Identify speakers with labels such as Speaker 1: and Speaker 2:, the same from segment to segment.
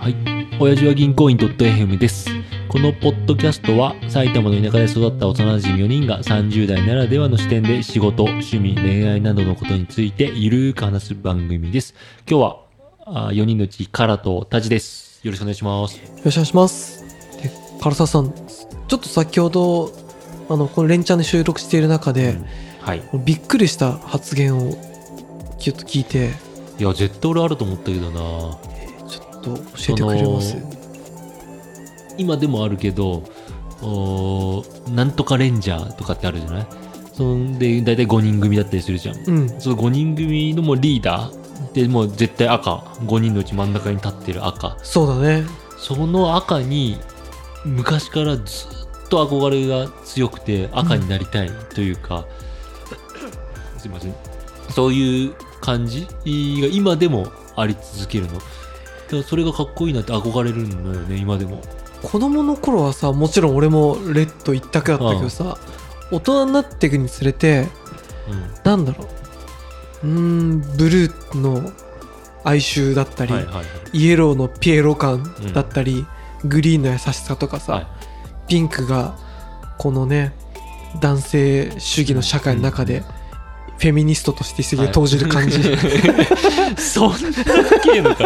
Speaker 1: はい、親父は銀行員 .fm です。このポッドキャストは埼玉の田舎で育った幼馴染4人が30代ならではの視点で仕事、趣味、恋愛などのことについてゆるーく話す番組です。今日はあ4人のうちカラとタジです。よろしくお願いします。
Speaker 2: よろしくお願いします。で、唐沢さん、ちょっと先ほど、あの、この連チャンで収録している中で、
Speaker 1: はい。
Speaker 2: びっくりした発言を、ちょっと聞いて、
Speaker 1: いや、絶対俺あると思ったけどな
Speaker 2: ちょっと教えてくれます
Speaker 1: そ今でもあるけど、おーなんとかレンジャーとかってあるじゃないそんで、だいたい5人組だったりするじゃん。
Speaker 2: うん。
Speaker 1: その5人組のもうリーダーでもう絶対赤5人のうち真ん中に立ってる赤
Speaker 2: そうだね。
Speaker 1: その赤に昔からずっと憧れが強くて赤になりたいというか、すいませんそういう感じが今でもあり続けるのだからそれがかっこいいなって憧れるのよね今でも
Speaker 2: 子供の頃はさ、もちろん俺もレッド一択だったけどさ、大人になっていくにつれて、
Speaker 1: うん
Speaker 2: なんだろう。うーん、ブルーの哀愁だったり、
Speaker 1: はいはいはい
Speaker 2: イエローのピエロ感だったり、グリーンの優しさとかさ、
Speaker 1: はい
Speaker 2: ピンクがこのね男性主義の社会の中でフェミニストとして一石を投じる感じ、 い、
Speaker 1: そんな綺麗のか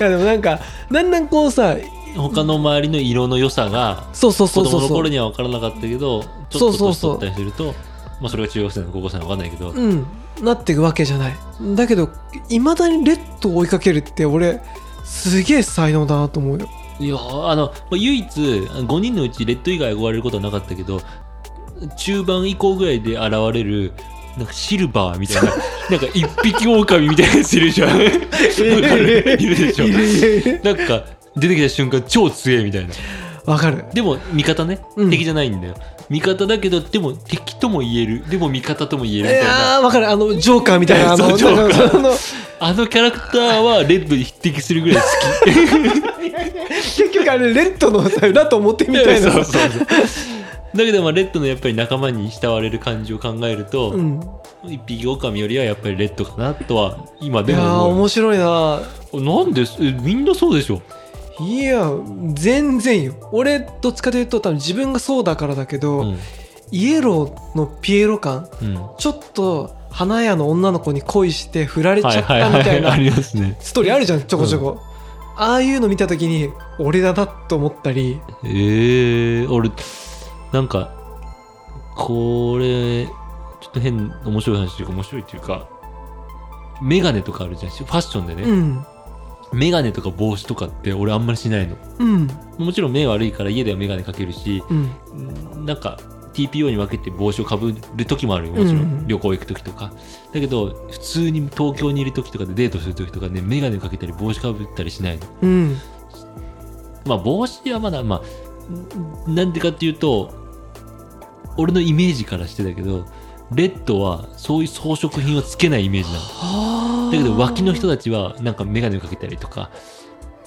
Speaker 2: やでもなんかだんだんこうさ
Speaker 1: 他の周りの色の良さが
Speaker 2: そうそうそ
Speaker 1: 子
Speaker 2: うそ
Speaker 1: 供
Speaker 2: う
Speaker 1: の
Speaker 2: そ
Speaker 1: 頃
Speaker 2: う
Speaker 1: には分からなかったけどち
Speaker 2: そ
Speaker 1: ょ
Speaker 2: う
Speaker 1: っと
Speaker 2: そ
Speaker 1: 年取
Speaker 2: うそう
Speaker 1: ったりするとまあ、それが中学生の高校生の分かんないけど、
Speaker 2: うんなっていくわけじゃないだけどいまだにレッドを追いかけるって俺すげえ才能だなと思うよ
Speaker 1: いやーあのまあ唯一5人のうちレッド以外憧れることはなかったけど中盤以降ぐらいで現れるなんかシルバーみ たいななんか一匹狼みたいなやついるじゃんわかるいるでしょなんか出てきた瞬間超強えみたいな
Speaker 2: わかる
Speaker 1: でも味方ね、
Speaker 2: うん
Speaker 1: 敵じゃないんだよ味方だけどでも敵とも言えるでも味方とも言える
Speaker 2: い
Speaker 1: みたいな
Speaker 2: やーわかるあのジョーカーみたいなあの
Speaker 1: そうジョーカー
Speaker 2: なんかその
Speaker 1: あのキャラクターはレッドに匹敵するぐらい好き。
Speaker 2: 結局あれレッドのさ裏と表 みたい な
Speaker 1: そうそうそうだけどまあレッドのやっぱり仲間に慕われる感じを考えると、
Speaker 2: うん
Speaker 1: 一匹狼よりはやっぱりレッドかなとは今
Speaker 2: い
Speaker 1: で
Speaker 2: やー
Speaker 1: も思
Speaker 2: 面白いな
Speaker 1: う。なんでえみんなそうでしょ。
Speaker 2: いや全然よ俺どっちかというと多分自分がそうだからだけど、
Speaker 1: うん
Speaker 2: イエローのピエロ感
Speaker 1: うん。
Speaker 2: ちょっと花屋の女の子に恋して振られちゃ
Speaker 1: はい
Speaker 2: った
Speaker 1: はいは
Speaker 2: みたい
Speaker 1: いあ
Speaker 2: な
Speaker 1: りますね。
Speaker 2: ストーリーあるじゃんちょこちょこ、ああいうの見た時に俺だなと思ったり
Speaker 1: ええ俺なんかこれちょっと変面白い話というか面白いというか。メガネとかあるじゃんファッションで
Speaker 2: う
Speaker 1: ね、
Speaker 2: ん
Speaker 1: メガネとか帽子とかって俺あんまりしないの
Speaker 2: うん
Speaker 1: もちろん目悪いから家では眼鏡かけるし、
Speaker 2: うん
Speaker 1: なんか TPO に分けて帽子をかぶる時もあるよ、もちろ
Speaker 2: うんうんん
Speaker 1: 旅行行く時とか。だけど、普通に東京にいる時とかでデートする時とかね、眼鏡かけたり帽子かぶったりしないの。
Speaker 2: うん
Speaker 1: まあ帽子はまだ、まあ、んなんでかっていうと、俺のイメージからしてだけど、レッドはそういう装飾品をつけないイメージなの。
Speaker 2: はあ
Speaker 1: だけど脇の人たちはなんか眼鏡をかけたりとか、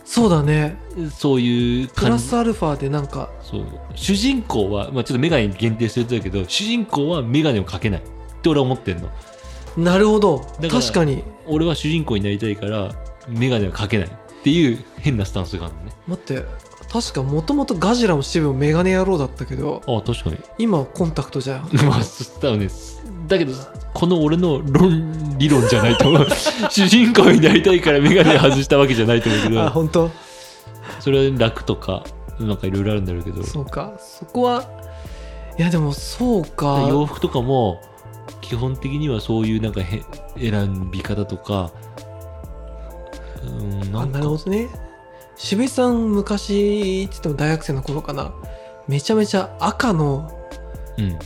Speaker 2: そうだね
Speaker 1: そういう
Speaker 2: プラ
Speaker 1: 感じ
Speaker 2: スアルファでなんか
Speaker 1: そう主人公は、まあ、ちょっとメガネに限定するとだけど主人公はメガネをかけないって俺は思ってんの
Speaker 2: なるほど
Speaker 1: だから
Speaker 2: 確かに
Speaker 1: 俺は主人公になりたいからメガネをかけないっていう変なスタンスがあるのね
Speaker 2: 待って確かもともとガジラもシブもメガネ野郎だったけど
Speaker 1: ああ確かに
Speaker 2: 今はコンタクトじゃん
Speaker 1: まあそしたらねだけどこの俺の論理論じゃないと思 う主人公になりたいからメガネ外したわけじゃないと思うけ
Speaker 2: あ
Speaker 1: ど
Speaker 2: 本当
Speaker 1: それは楽とかなんかいろいろあるんだろうけど
Speaker 2: そうかそこはいやでもそうか
Speaker 1: 洋服とかも基本的にはそういうなんかへ選び方とかうんな
Speaker 2: あ
Speaker 1: ん
Speaker 2: な
Speaker 1: か
Speaker 2: るほどね渋井さん昔って言っても大学生の頃かなめちゃめちゃ赤の
Speaker 1: うん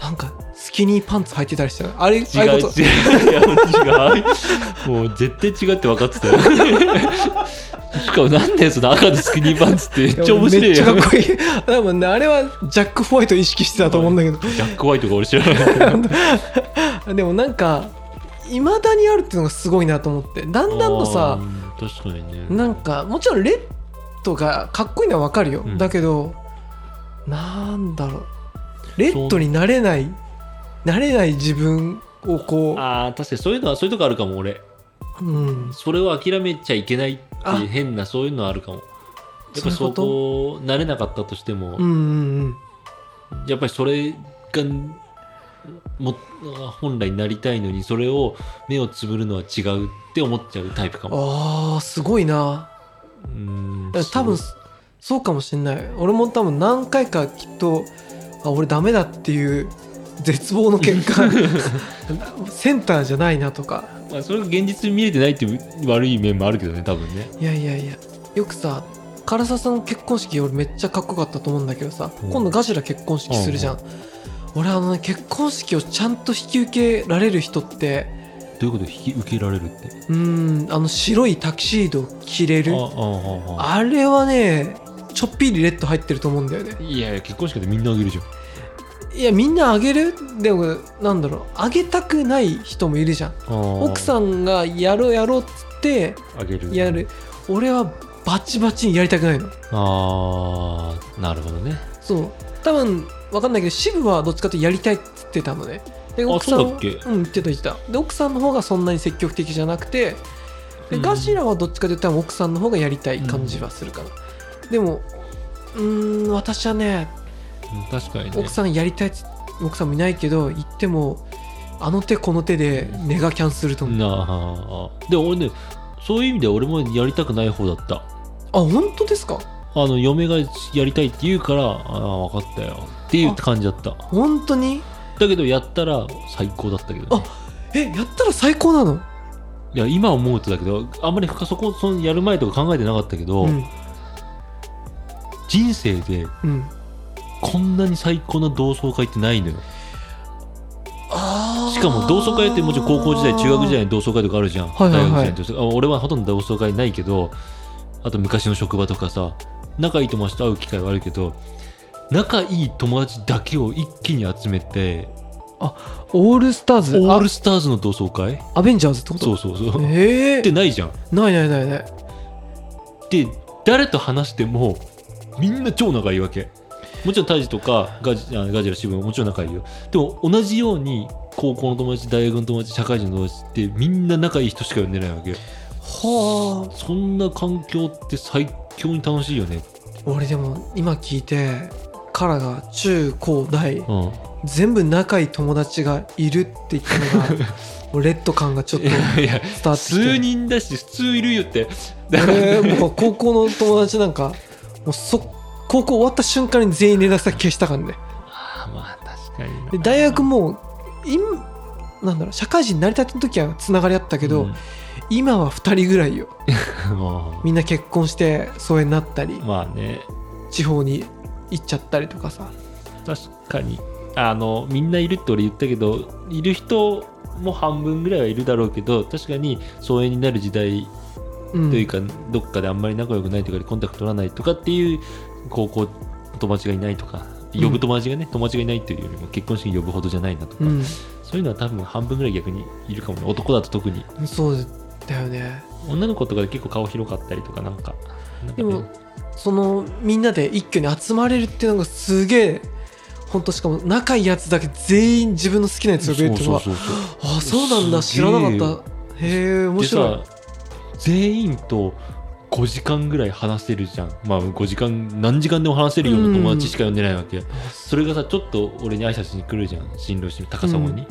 Speaker 2: なんかスキニーパンツ履いてたりしたよあれああ
Speaker 1: 違
Speaker 2: いううこ
Speaker 1: 違う違うもう絶対違うって分かってたよしかもなんだよその赤のスキニーパンツってめっちゃ
Speaker 2: と
Speaker 1: 面白いよ
Speaker 2: めっちゃかっこいい 多分ねあれはジャック・ホワイト意識してたと思うんだけど
Speaker 1: ジャック・ホワイトが俺知らない
Speaker 2: でもなんかいまだにあるっていうのがすごいなと思ってだんだんとさ
Speaker 1: あー確かにね
Speaker 2: なんかもちろんレッドがかっこいいのはわかるよ、
Speaker 1: うん
Speaker 2: だけどなんだろうレッドになれないなれない自分をこ
Speaker 1: あー確かにそういうのはそういうとこあるかも俺
Speaker 2: う、うん、
Speaker 1: それを諦めちゃいけないっっていう変なそういうのはあるかもやっぱ
Speaker 2: そういう
Speaker 1: そ
Speaker 2: こと
Speaker 1: こ慣れなかったとしても、
Speaker 2: うんうんうん
Speaker 1: やっぱりそれがも本来なりたいのにそれを目をつぶるのは違うって思っちゃうタイプかも
Speaker 2: あーすごいな
Speaker 1: うん
Speaker 2: 多分
Speaker 1: そう
Speaker 2: そうかもしんない俺も多分何回かきっとあ俺ダメだっていう絶望の結 果センターじゃないなとか
Speaker 1: まあ、それが現実に見えてないっていう悪い面もあるけどね多分ね
Speaker 2: いやいやいやよくさ唐沢さんの結婚式俺めっちゃかっこよかったと思うんだけどさ、
Speaker 1: うん
Speaker 2: 今度ガジラ結婚式するじゃん、俺あのね結婚式をちゃんと引き受けられる人って
Speaker 1: どういうこと引き受けられるって
Speaker 2: うーんあの白いタキシード着れる
Speaker 1: あああああ
Speaker 2: あれはねちょっぴりレッド入ってると思うんだよね
Speaker 1: いやいや結婚式でみんなあげるじゃん
Speaker 2: いやみんなあげるでもなんだろうあげたくない人もいるじゃん奥
Speaker 1: ん
Speaker 2: さんがやろうやろうっつって
Speaker 1: あげる
Speaker 2: やる俺はバチバチにやりたくないの
Speaker 1: ああなるほどね
Speaker 2: そう多分わかんないけど渋はどっちかっていうとやりたいっつってたのねで奥さん
Speaker 1: そうだっけ
Speaker 2: うん言ってた言ってたで奥さんの方がそんなに積極的じゃなくてで
Speaker 1: うん
Speaker 2: ガジラはどっちかというと多分奥さんの方がやりたい感じはするかな、でもうーん私はね
Speaker 1: うん確かにね
Speaker 2: 奥さんやりたいっつ奥さんもいないけど行ってもあの手この手でネガキャンすると思う、
Speaker 1: なあでも俺ねそういう意味では俺もやりたくない方だった
Speaker 2: あ本当ですか
Speaker 1: あの嫁がやりたいって言うからああ分かったよっていう感じだっただ
Speaker 2: 本当に
Speaker 1: けどやったら最高だったけど、ね、
Speaker 2: えやったら最高なの
Speaker 1: いや今思うとだけどあんまり深そこそのやる前とか考えてなかったけど、
Speaker 2: うん
Speaker 1: 人生で
Speaker 2: うん
Speaker 1: こんなに最高な同窓会ってないのよ
Speaker 2: あー
Speaker 1: しかも同窓会ってもちろん高校時代中学時代に同窓会とかあるじゃん、
Speaker 2: はいはいはい
Speaker 1: 大学時代に同窓会あ俺はほとんど同窓会ないけどあと昔の職場とかさ仲いい友達と会う機会はあるけど仲いい友達だけを一気に集めて
Speaker 2: オールスターズ
Speaker 1: オー
Speaker 2: あ
Speaker 1: ルスターズの同窓会
Speaker 2: アベンジャーズってこと
Speaker 1: そうそうそう、っ
Speaker 2: ええ
Speaker 1: てないじゃん
Speaker 2: ないないないない
Speaker 1: で誰と話してもみんな超仲いいわけもちろんタイジとかガジあガジラ渋谷ももちろん仲いいよでも同じように高校の友達大学の友達社会人の友達ってみんな仲いい人しか呼んでないわけ
Speaker 2: はあ
Speaker 1: そんな環境って最強に楽しいよね
Speaker 2: 俺でも今聞いてカラが中高大
Speaker 1: うん
Speaker 2: 全部仲いい友達がいるって言ったの がもうレッド感がちょっと
Speaker 1: いやいや
Speaker 2: 伝わってき
Speaker 1: 数
Speaker 2: て
Speaker 1: 人だし普通いるよってだから
Speaker 2: 俺もう高校の友達なんかもうそ高校終わった瞬間に全員連絡先消したからね
Speaker 1: あー まあ確かに
Speaker 2: で大学も今なんだろう社会人になりたての時はつながりあったけど、
Speaker 1: うん
Speaker 2: 今は2人ぐらいよ
Speaker 1: ま
Speaker 2: みんな結婚して疎遠になったり
Speaker 1: あまあね
Speaker 2: 地方に行っちゃったりとかさ
Speaker 1: 確かにあのみんないるって俺言ったけどいる人も半分ぐらいはいるだろうけど確かに疎遠になる時代
Speaker 2: うん
Speaker 1: というか、どっかであんまり仲良くないとかでコンタクト取らないとかっていう高校友達がいないとか呼ぶ友達がね、友達がいないっていうよりも結婚式に呼ぶほどじゃないなとか、
Speaker 2: うん
Speaker 1: そういうのは多分半分ぐらい逆にいるかもね男だと特に
Speaker 2: そうだよね
Speaker 1: 女の子とかで結構顔広かったりとかなんかなんかね
Speaker 2: でもそのみんなで一挙に集まれるっていうのがすげえ本当しかも仲いいやつだけ全員自分の好きなやつ
Speaker 1: そ
Speaker 2: が
Speaker 1: う
Speaker 2: 出る
Speaker 1: そう
Speaker 2: っていうのは
Speaker 1: そうそう
Speaker 2: あそうなんだ
Speaker 1: す
Speaker 2: 知
Speaker 1: げえ
Speaker 2: ら
Speaker 1: よ
Speaker 2: なかったへえ面
Speaker 1: で
Speaker 2: 白
Speaker 1: さ
Speaker 2: い
Speaker 1: 全員と5時間ぐらい話せるじゃんまあ5時間何時間でも話せるような友達しか呼んでないわけ、それがさちょっと俺に挨拶に来るじゃん新郎新婦高砂に、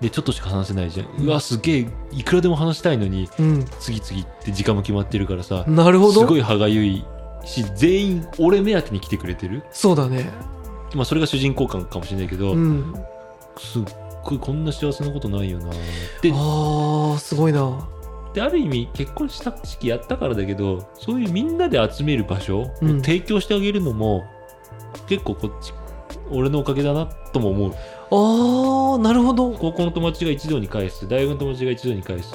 Speaker 1: でちょっとしか話せないじゃんうわすげえいくらでも話したいのに
Speaker 2: うん
Speaker 1: 次々って時間も決まってるからさ、
Speaker 2: なるほ
Speaker 1: すご
Speaker 2: ど
Speaker 1: い歯がゆいし全員俺目当てに来てくれてる
Speaker 2: そうだね
Speaker 1: まあそれが主人公感かもしれないけど、
Speaker 2: うん
Speaker 1: すっごいこんな幸せなことないよなで
Speaker 2: あーすごいな
Speaker 1: である意味結婚した式やったからだけどそういうみんなで集める場所を
Speaker 2: うん
Speaker 1: 提供してあげるのも、結構こっち俺のおかげだなとも思う
Speaker 2: あーなるほど
Speaker 1: 高校の友達が一堂に会す大学の友達が一堂に会す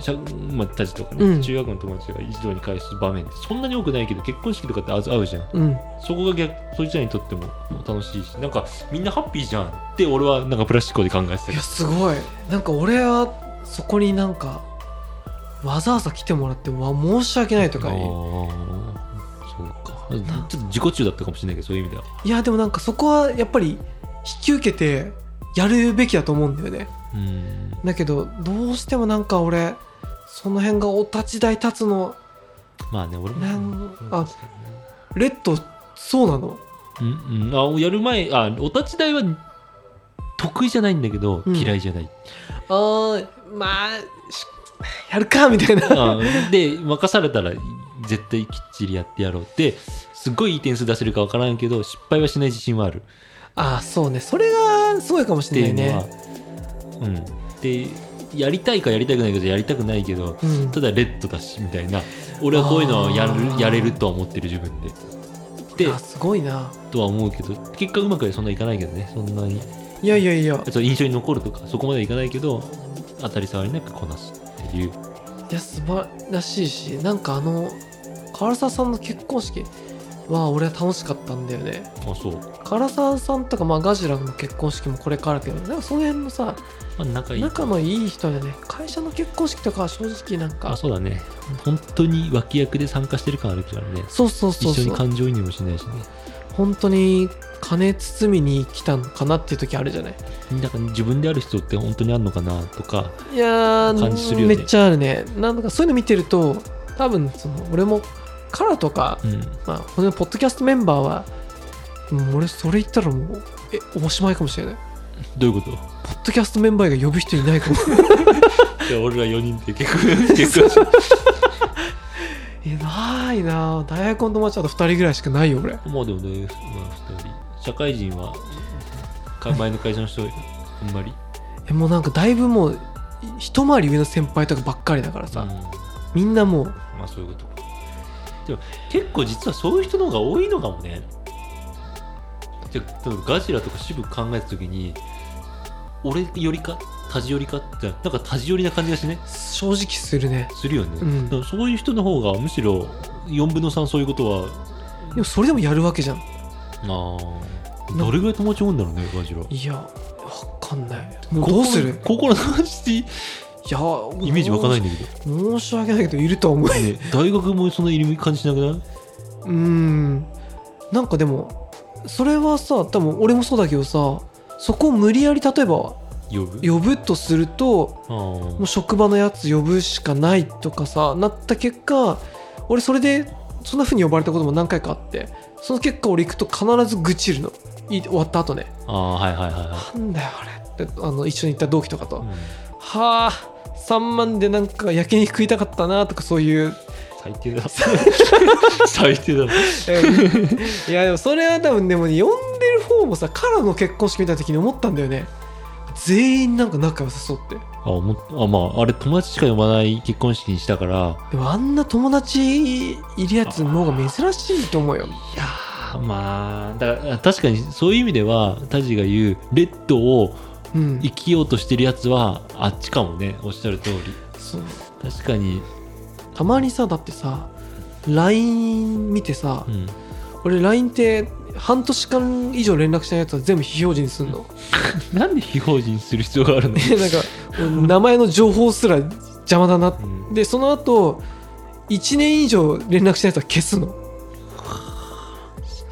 Speaker 1: 社まあ、たちとかね、
Speaker 2: うん
Speaker 1: 中学の友達が一堂に会す場面ってそんなに多くないけど結婚式とかってあず合うじゃん
Speaker 2: うん
Speaker 1: そこが逆そいつらにとっても楽しいしなんかみんなハッピーじゃんって俺はなんかプラスチックで考えて
Speaker 2: い
Speaker 1: た
Speaker 2: やすごいなんか俺はそこになんかわざわざ来てもらってわ申し訳ないと
Speaker 1: あ
Speaker 2: か
Speaker 1: ーそうかちょっと自己中だったかもしれないけどそういう意味ではい
Speaker 2: やでもなんかそこはやっぱり引き受けてやるべきだと思うんだよね
Speaker 1: うん
Speaker 2: だけどどうしてもなんか俺その辺がお立ち台立つの
Speaker 1: まあね俺も
Speaker 2: なんあレッドそうなの
Speaker 1: うんうんあやる前あお立ち台は得意じゃないんだけど
Speaker 2: うん
Speaker 1: 嫌いじゃない、
Speaker 2: あーまあしやるかみたいな
Speaker 1: あで任されたら絶対きっちりやってやろうってすっごいいい点数出せるか分からんけど失敗はしない自信はある
Speaker 2: あそうねそれがすごいかも
Speaker 1: っ
Speaker 2: してれないいう
Speaker 1: のは
Speaker 2: ね、
Speaker 1: うん、でやりたいかやりたくないかじゃやりたくないけど
Speaker 2: うん
Speaker 1: ただレッドだしみたいな俺はこういうのをや
Speaker 2: あー
Speaker 1: るやれるとは思ってる自分で。で
Speaker 2: あすごいな
Speaker 1: とは思うけど結果うまくはそんないかないけどねそんなに
Speaker 2: いやいやいや
Speaker 1: そう印象に残るとかそこまではいかないけど当たり障りなくこなすっていう
Speaker 2: いや素晴らしいしなんかあの唐沢さんの結婚式は俺は楽しかったんだよね
Speaker 1: あそう、
Speaker 2: 唐沢さんとか、まあ、ガジラの結婚式もこれからだけどなんかその辺のさ
Speaker 1: まあ、仲いい
Speaker 2: 仲のいい人だね会社の結婚式とかは正直なん
Speaker 1: あ
Speaker 2: か
Speaker 1: そうだね本当に脇役で参加してる感あるからね
Speaker 2: そうそうそ
Speaker 1: 一
Speaker 2: う
Speaker 1: 緒
Speaker 2: そ
Speaker 1: に
Speaker 2: う
Speaker 1: 感情移入もしないしね
Speaker 2: 本当に金包みに来たのかなっていう時あるじゃない
Speaker 1: だから自分である人って本当にあるのかなとか
Speaker 2: いやー
Speaker 1: 感じするよね
Speaker 2: めっちゃあるねなんかそういうの見てると多分その俺もカラとか
Speaker 1: うん
Speaker 2: まあ、このポッドキャストメンバーは、うん俺、それ言ったらもう、え、おしまいかもしれない。
Speaker 1: どういうこと
Speaker 2: ポッドキャストメンバーが呼ぶ人いないかも。
Speaker 1: いや俺ら4人で結婚 結婚し
Speaker 2: え、ないな大学の友達あと2人ぐらいしかないよ、俺。
Speaker 1: まあでもね、まあ、2人社会人はか前の会社の人あんまり
Speaker 2: え、もうなんかだいぶもう、い一回り上の先輩とかばっかりだからさ、
Speaker 1: うん
Speaker 2: みんなもう、
Speaker 1: まあそういうことかでも結構実はそういう人の方が多いのかもねじゃあ例えばガジラとか渋考えた時に俺よりか多ジ寄りかってなんか多ジ寄りな感じがしね
Speaker 2: 正直するね。
Speaker 1: するよね、
Speaker 2: うん
Speaker 1: だからそういう人の方がむしろ4分の3そういうことは
Speaker 2: でもそれでもやるわけじゃん。
Speaker 1: あー
Speaker 2: なんか
Speaker 1: どれぐらい友達多いんだろうねガジラ
Speaker 2: いや、わかんない。もうどうする
Speaker 1: 高校の話
Speaker 2: いや、
Speaker 1: イメージわかんない
Speaker 2: い。
Speaker 1: んだけど、
Speaker 2: 申し訳ないけど、いるとは思う。
Speaker 1: ね、大学もそんな入り感じなくないう
Speaker 2: ーんなんかでもそれはさ多分俺もそうだけどさそこを無理やり例えば
Speaker 1: 呼ぶ
Speaker 2: 呼ぶとすると
Speaker 1: あー
Speaker 2: もう職場のやつ呼ぶしかないとかさなった結果俺それでそんな風に呼ばれたことも何回かあってその結果俺行くと必ず愚痴るのい終わった後ね
Speaker 1: あーはいはいはいは
Speaker 2: なんだよあれってあの一緒に行った同期とかと、
Speaker 1: い、うん
Speaker 2: はあ3万でなんか焼き肉食いたかったなとかそういう
Speaker 1: 最低だ 最低だな
Speaker 2: うん いやでもそれは多分でもね呼んでる方もさカラの結婚式見た時に思ったんだよね全員なんか仲良さそうって
Speaker 1: あもっあまああれ友達しか呼ばない結婚式にしたから
Speaker 2: でもあんな友達いるやつの方が珍しいと思うよ
Speaker 1: いやーまあだから確かにそういう意味ではタジが言うレッドを
Speaker 2: うん
Speaker 1: 生きようとしてるやつはあっちかもねおっしゃる通り
Speaker 2: そう
Speaker 1: 確かに、
Speaker 2: たまにさだってさ LINE 見てさ、
Speaker 1: うん、
Speaker 2: 俺 LINE って半年間以上連絡しないやつは全部非表示にすんの
Speaker 1: なんで非法人する必要があ るの、
Speaker 2: えなんか俺名前の情報すら邪魔だなって
Speaker 1: うん
Speaker 2: でその後1年以上連絡しない人は消すの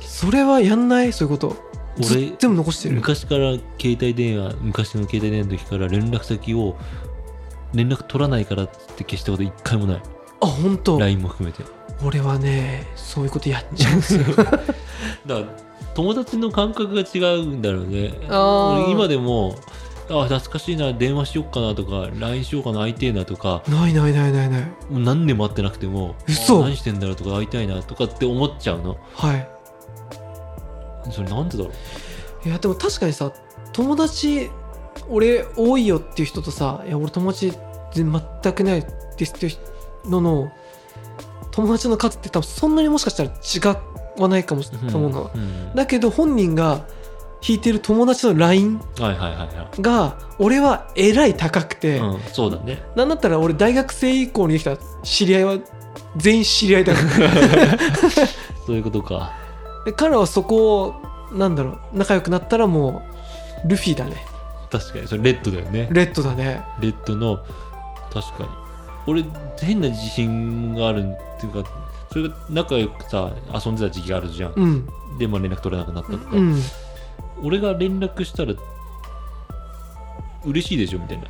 Speaker 2: それはやんないそういうこと
Speaker 1: 俺
Speaker 2: ずっとも残してる
Speaker 1: 昔から携帯電話昔の携帯電話の時から連絡先を連絡取らないからって消したこと一回もない
Speaker 2: あ本当
Speaker 1: LINE も含めて
Speaker 2: 俺はねそういうことやっちゃうん ですよ
Speaker 1: だから友達の感覚が違うんだろうね
Speaker 2: あー
Speaker 1: 俺今でもあ懐かしいな電話しよっかなとか LINE しようかな会いてえなとか
Speaker 2: ないないないないない
Speaker 1: もう何年も会ってなくても
Speaker 2: 嘘
Speaker 1: あ何してんだろうとか会いたいなとかって思っちゃうの
Speaker 2: はい
Speaker 1: それなんでだろ
Speaker 2: いやでも確かにさ友達俺多いよっていう人とさ「いや俺友達全全くないです」っていうのの友達の数って多分そんなにもしかしたら違わないかもしれ
Speaker 1: う、
Speaker 2: ないと思うの、
Speaker 1: ん
Speaker 2: だけど本人が弾いてる友達の LINE
Speaker 1: はいはいはいは
Speaker 2: が俺はえらい高く
Speaker 1: い、
Speaker 2: て、
Speaker 1: うん、そうだね
Speaker 2: なんだったら俺大学生以降にできた知り合いは全員知り合いだから
Speaker 1: そういうことか
Speaker 2: で彼はそこをなんだろう仲良くなったらもうルフィだね
Speaker 1: 確かにそれレッドだよね
Speaker 2: レッドだね
Speaker 1: レッドの確かに俺変な自信があるっていうかそれが仲良くさ遊んでた時期があるじゃん、
Speaker 2: うん
Speaker 1: でも連絡取れなくなったとか、
Speaker 2: うん
Speaker 1: 俺が連絡したら嬉しいでしょみたいな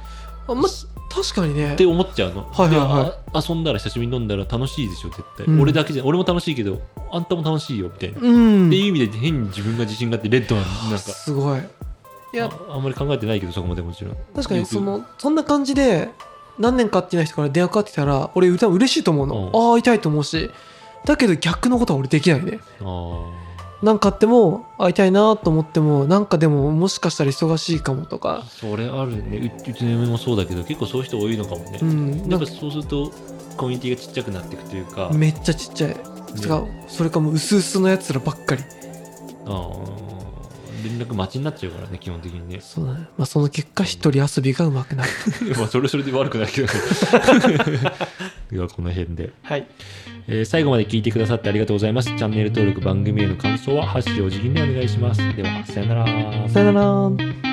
Speaker 2: あま確かにね
Speaker 1: って思っちゃうの、
Speaker 2: はいはいはい
Speaker 1: であ遊んだら久しぶりに飲んだら楽しいでしょ絶対、
Speaker 2: うん
Speaker 1: 俺だけじゃ俺も楽しいけどあんたも楽しいよみたいな、っ
Speaker 2: うん
Speaker 1: ていう意味で変に自分が自信があってレッドななんか
Speaker 2: すごいいや
Speaker 1: ああんまり考えてないけどそこまでもちろん
Speaker 2: 確か
Speaker 1: よ
Speaker 2: に
Speaker 1: く
Speaker 2: そのそんな感じで何年か会ってない人から電話かかってきたら俺歌嬉しいと思うの、
Speaker 1: う
Speaker 2: ああ会いたいと思うしだけど逆のことは俺できないね
Speaker 1: あ
Speaker 2: なんかあっても会いたいなと思ってもなんかでももしかしたら忙しいかもと
Speaker 1: あ
Speaker 2: か
Speaker 1: それあるねううちの嫁もそうだけど結構そういう人多いのかもね、
Speaker 2: うん
Speaker 1: や
Speaker 2: な
Speaker 1: っ
Speaker 2: ん
Speaker 1: ぱ
Speaker 2: か
Speaker 1: そうするとコミュニティがちっちゃくなっていくというか、
Speaker 2: めっちゃちっちゃいてかそれかもう薄々のやつらばっかり
Speaker 1: あー連絡待ちになっちゃうからね基本的にね
Speaker 2: そうだねまあその結果一人遊びがうまくなる
Speaker 1: まあそれはそれで悪くない けどではこの辺で
Speaker 2: はい
Speaker 1: えー最後まで聞いてくださってありがとうございます。チャンネル登録、番組への感想は、ハッシュお辞儀でお願いします。では、さよなら。
Speaker 2: さよなら